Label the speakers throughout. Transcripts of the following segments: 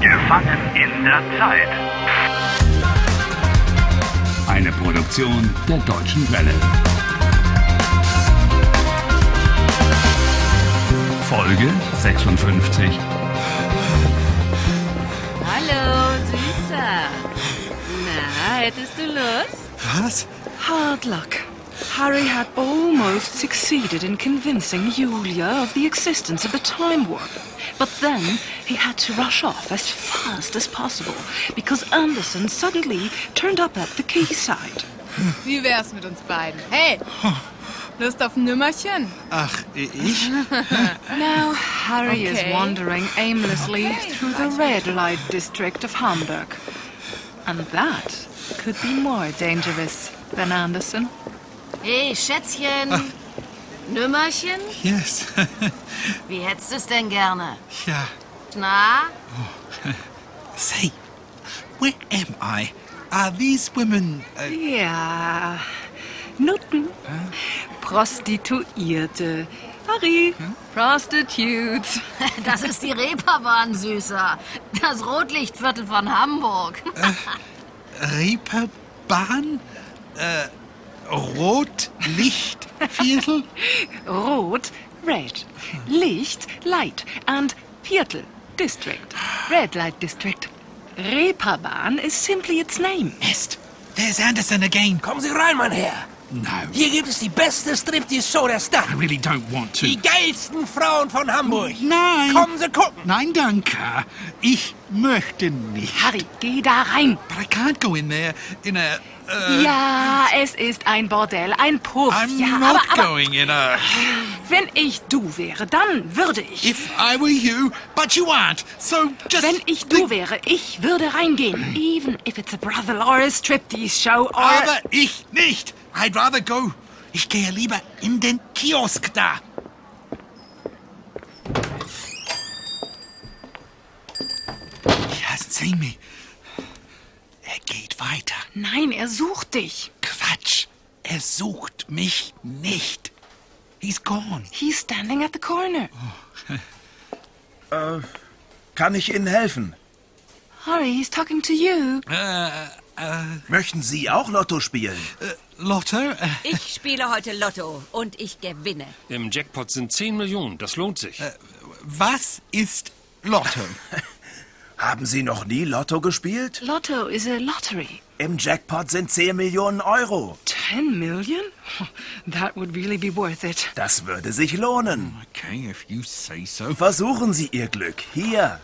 Speaker 1: Gefangen in der Zeit.
Speaker 2: Eine Produktion der Deutschen Welle. Folge 56.
Speaker 3: Hallo, Süßer. Na, hättest du Lust?
Speaker 4: Was?
Speaker 5: Hard luck. Harry had almost succeeded in convincing Yulia of the existence of the time warp. But then he had to rush off as fast as possible because Anderson suddenly turned up at the quayside.
Speaker 6: Wie wär's mit uns beiden? Hey, Lust auf ein Nümmerchen?
Speaker 4: Ach, ich?
Speaker 5: Now Harry
Speaker 6: Okay.
Speaker 5: is wandering aimlessly through the red light district of Hamburg. And that could be more dangerous than Anderson.
Speaker 3: Hey, Schätzchen.
Speaker 6: Ah.
Speaker 3: Nümmerchen?
Speaker 4: Yes.
Speaker 3: Wie hättest du es denn gerne?
Speaker 4: ja.
Speaker 3: Na?
Speaker 4: Say, where am I? Are these women... Äh,
Speaker 5: Ja, Nutten. Prostituierte. Harry, Prostitutes.
Speaker 3: Das ist die Reeperbahn, Süßer. Das Rotlichtviertel von Hamburg.
Speaker 4: Reeperbahn? Äh, Rotlichtviertel?
Speaker 5: Rot, red. Licht, light. And Viertel, district. Red light district. Reeperbahn is simply its name.
Speaker 4: Mist, there's Anderson again.
Speaker 7: Kommen Sie rein, mein Herr.
Speaker 2: No,
Speaker 7: Hier gibt es die beste Striptease-Show der Stadt.
Speaker 2: I really don't want to.
Speaker 7: Die geilsten Frauen von Hamburg.
Speaker 4: Nein.
Speaker 7: Kommen Sie gucken.
Speaker 4: Nein, danke. Ich möchte nicht.
Speaker 5: Harry, geh da rein.
Speaker 4: But I can't go in there in a... Äh,
Speaker 5: Ja, es ist ein Bordell, ein Puff.
Speaker 4: I'm
Speaker 5: ja,
Speaker 4: not
Speaker 5: aber, aber
Speaker 4: going in a...
Speaker 5: wenn ich du wäre, dann würde ich.
Speaker 4: If I were you, but you aren't. So just...
Speaker 5: Wenn ich
Speaker 4: think-
Speaker 5: du wäre, ich würde reingehen. Even if it's a brothel or a striptease show or...
Speaker 4: Aber ich nicht. I'd rather go. Ich gehe lieber in den Kiosk da. He hasn't seen me. Er geht weiter.
Speaker 5: Nein, er sucht dich.
Speaker 4: Quatsch. Er sucht mich nicht. He's gone.
Speaker 5: He's standing at the corner.
Speaker 7: Kann ich Ihnen helfen?
Speaker 5: Harry, he's talking to you.
Speaker 7: Möchten Sie auch Lotto spielen?
Speaker 4: Lotto? Äh,
Speaker 8: Ich spiele heute Lotto und ich gewinne.
Speaker 9: Im Jackpot sind 10 Millionen, das lohnt sich.
Speaker 4: was ist Lotto?
Speaker 7: Haben Sie noch nie Lotto gespielt?
Speaker 5: Lotto is a lottery.
Speaker 7: Im Jackpot sind 10 Millionen Euro.
Speaker 5: Ten million? That would really be worth it.
Speaker 7: Das würde sich lohnen.
Speaker 4: Okay, if you say so.
Speaker 7: Versuchen Sie Ihr Glück. Hier.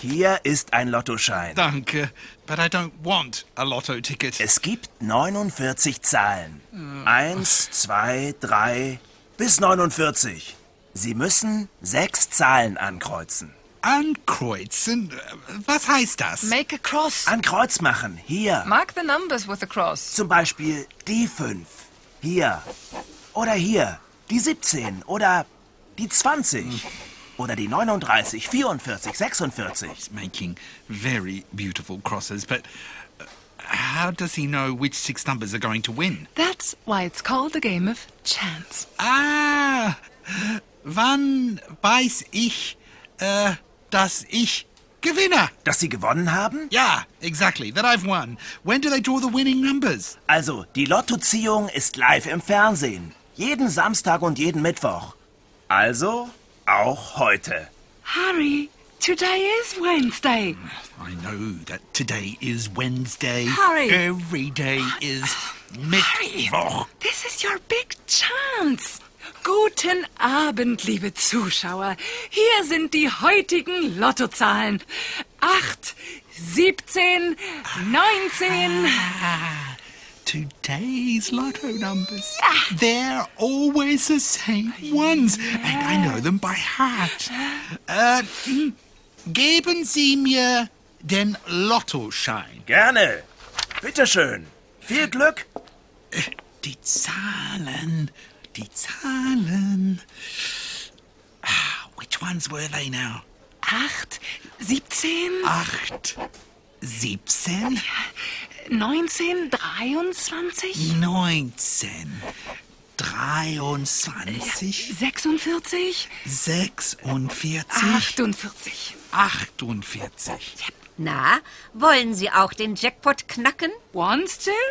Speaker 7: Hier ist ein Lottoschein.
Speaker 4: Danke, but I don't want a Lotto ticket.
Speaker 7: Es gibt 49 Zahlen. Eins, zwei, drei bis 49. Sie müssen sechs Zahlen ankreuzen.
Speaker 4: Ankreuzen? Äh, Was heißt das?
Speaker 5: Make a cross.
Speaker 7: An Kreuz machen, hier.
Speaker 5: Mark the numbers with a cross.
Speaker 7: Zum Beispiel die 5. Hier. Oder hier. Die 17. Oder die 20. Oder die 39, 44, 46.
Speaker 4: making very beautiful crosses, but uh, how does he know which six numbers are going to win?
Speaker 5: That's why it's called the game of chance.
Speaker 4: Ah! Wann weiß ich, äh, dass ich gewinne?
Speaker 7: Dass Sie gewonnen haben?
Speaker 4: Yeah, exactly, that I've won. When do they draw the winning numbers?
Speaker 7: Also, die Lottoziehung ist live im Fernsehen. Jeden Samstag und jeden Mittwoch. Also, auch heute.
Speaker 5: Harry, today is Wednesday.
Speaker 4: I know that today is Wednesday.
Speaker 5: Harry.
Speaker 4: Every day is Mittwoch.
Speaker 5: This is your big chance. Guten Abend, liebe Zuschauer. Hier sind die heutigen Lottozahlen. 8, 17, 19.
Speaker 4: Today's lotto numbers. They're always the same ones, and I know them by heart. Äh, hm. geben Sie mir den Lottoschein.
Speaker 7: Gerne. Bitteschön. Viel Glück.
Speaker 4: Die Zahlen, die Zahlen. Ah, which ones were they now?
Speaker 5: 8, 17,
Speaker 4: Acht, siebzehn,
Speaker 5: 19, 23.
Speaker 4: neunzehn, 23,
Speaker 5: 46?
Speaker 4: 46,
Speaker 5: 48.
Speaker 4: 48.
Speaker 8: Na, wollen Sie auch den Jackpot knacken?
Speaker 5: Wants to?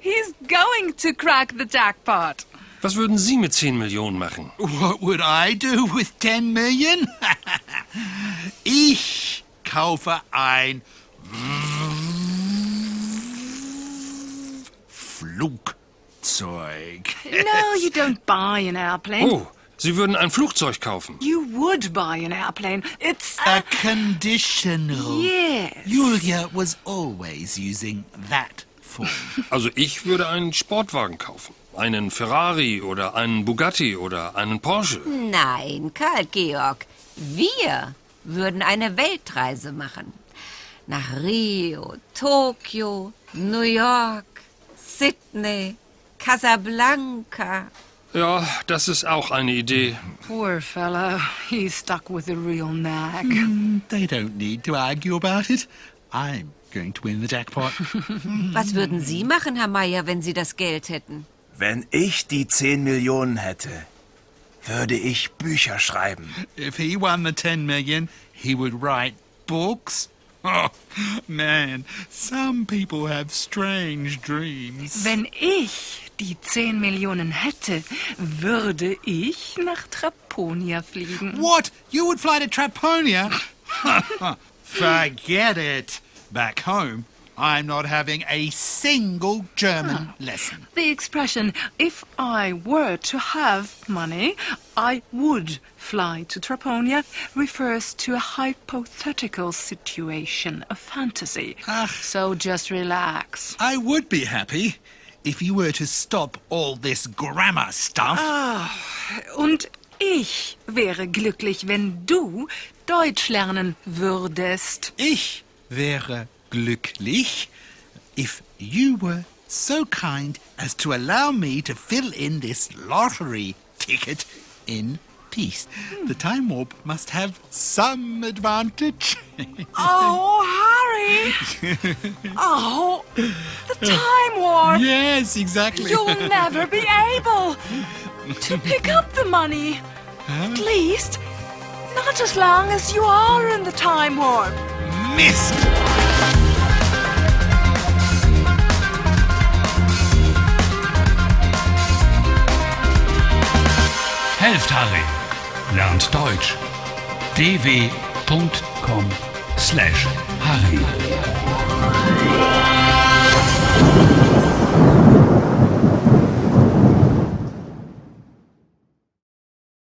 Speaker 5: He's going to crack the jackpot.
Speaker 9: Was würden Sie mit 10 Millionen machen?
Speaker 4: What would I do with 10 million? ich kaufe ein Flugzeug.
Speaker 5: No, you don't buy an airplane.
Speaker 9: Oh, Sie würden ein Flugzeug kaufen.
Speaker 5: You would buy an airplane. It's.
Speaker 4: A conditional.
Speaker 5: Yes.
Speaker 4: Julia was always using that form.
Speaker 9: Also ich würde einen Sportwagen kaufen. Einen Ferrari oder einen Bugatti oder einen Porsche.
Speaker 8: Nein, Karl Georg, wir würden eine Weltreise machen. Nach Rio, Tokio, New York, Sydney, Casablanca.
Speaker 9: Ja, das ist auch eine Idee.
Speaker 5: Poor fellow. He's stuck with a real nag.
Speaker 4: Mm. they don't need to argue about it. I'm going to win the jackpot.
Speaker 8: Was würden Sie machen, Herr Meier, wenn Sie das Geld hätten?
Speaker 7: Wenn ich die 10 Millionen hätte, würde ich Bücher schreiben.
Speaker 4: if he won the 10 million, he would write books. Oh, man, some people have strange dreams.
Speaker 5: Wenn ich die 10 Millionen hätte, würde ich nach Traponia fliegen.
Speaker 4: What? You would fly to Traponia? Forget it. Back home, I'm not having a single German lesson.
Speaker 5: The expression, if I were to have money, I would fly to Traponia, refers to a hypothetical situation, a fantasy. So just relax.
Speaker 4: I would be happy if you were to stop all this grammar stuff.
Speaker 5: Und ich wäre glücklich, wenn du Deutsch lernen würdest.
Speaker 4: ich wäre glücklich if you were so kind as to allow me to fill in this lottery ticket in peace. The time warp must have some advantage.
Speaker 5: Oh, Harry! oh, the time warp!
Speaker 4: yes, exactly.
Speaker 5: You'll never be able to pick up the money. At least, not as long as you are in the time warp.
Speaker 4: missed.
Speaker 2: Helft Harry. Lernt Deutsch. dw.com slash Harry.